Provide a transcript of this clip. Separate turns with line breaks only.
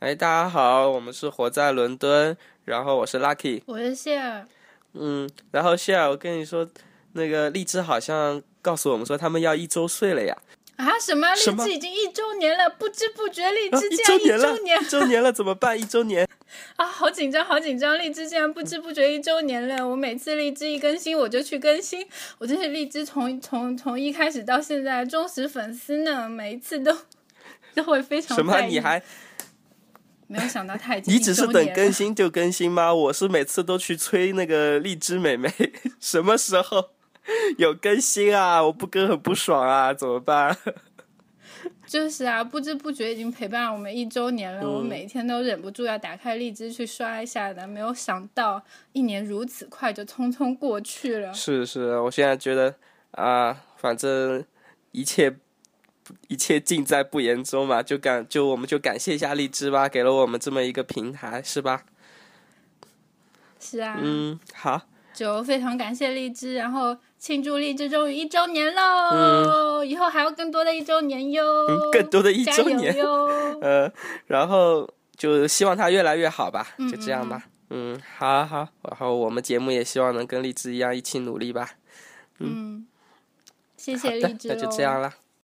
哎，大家好，我们是活在伦敦，然后我是 Lucky，
我是谢尔，
嗯，然后谢尔，我跟你说，那个荔枝好像告诉我们说他们要一周岁了呀，
啊，什么？
什
荔
么
枝已经一周年了，不知不觉荔
啊
枝
一
竟然一
年了
周，年
一周年了怎么办？一周年，
啊！好紧张，好紧张！荔枝竟然不知不觉一周年了。我每次荔枝一更新，我就去更新，我真是荔枝从从从一开始到现在忠实粉丝呢，每一次都 都会非常
什么？
在意
你还
没有想到太
你只是等更新就更新吗？我是每次都去催那个荔枝美眉， 什么时候有更新啊？我不更很不爽啊，怎么办？
就是啊，不知不觉已经陪伴我们一周年
嗯
了。我每天都忍不住要打开荔枝去刷一下的，没有想到一年如此快就匆匆过去了。
是是，我现在觉得啊、反正一切一切尽在不言中嘛，就感就我们就感谢一下荔枝吧，给了我们这么一个平台，是
嗯
吧？
是啊，
嗯，好，
就非常感谢荔枝，然后庆祝荔枝终于一周年喽！以后还有更多的一周年哟，
嗯更多的一周年！
哦加油哟
呃，然后就希望它越来越好吧，就这样吧。嗯，好啊好，然后我们节目也希望能跟荔枝一样一起努力吧。
嗯，谢
好
谢
的
荔，枝哦
那
喽，
就这样啦，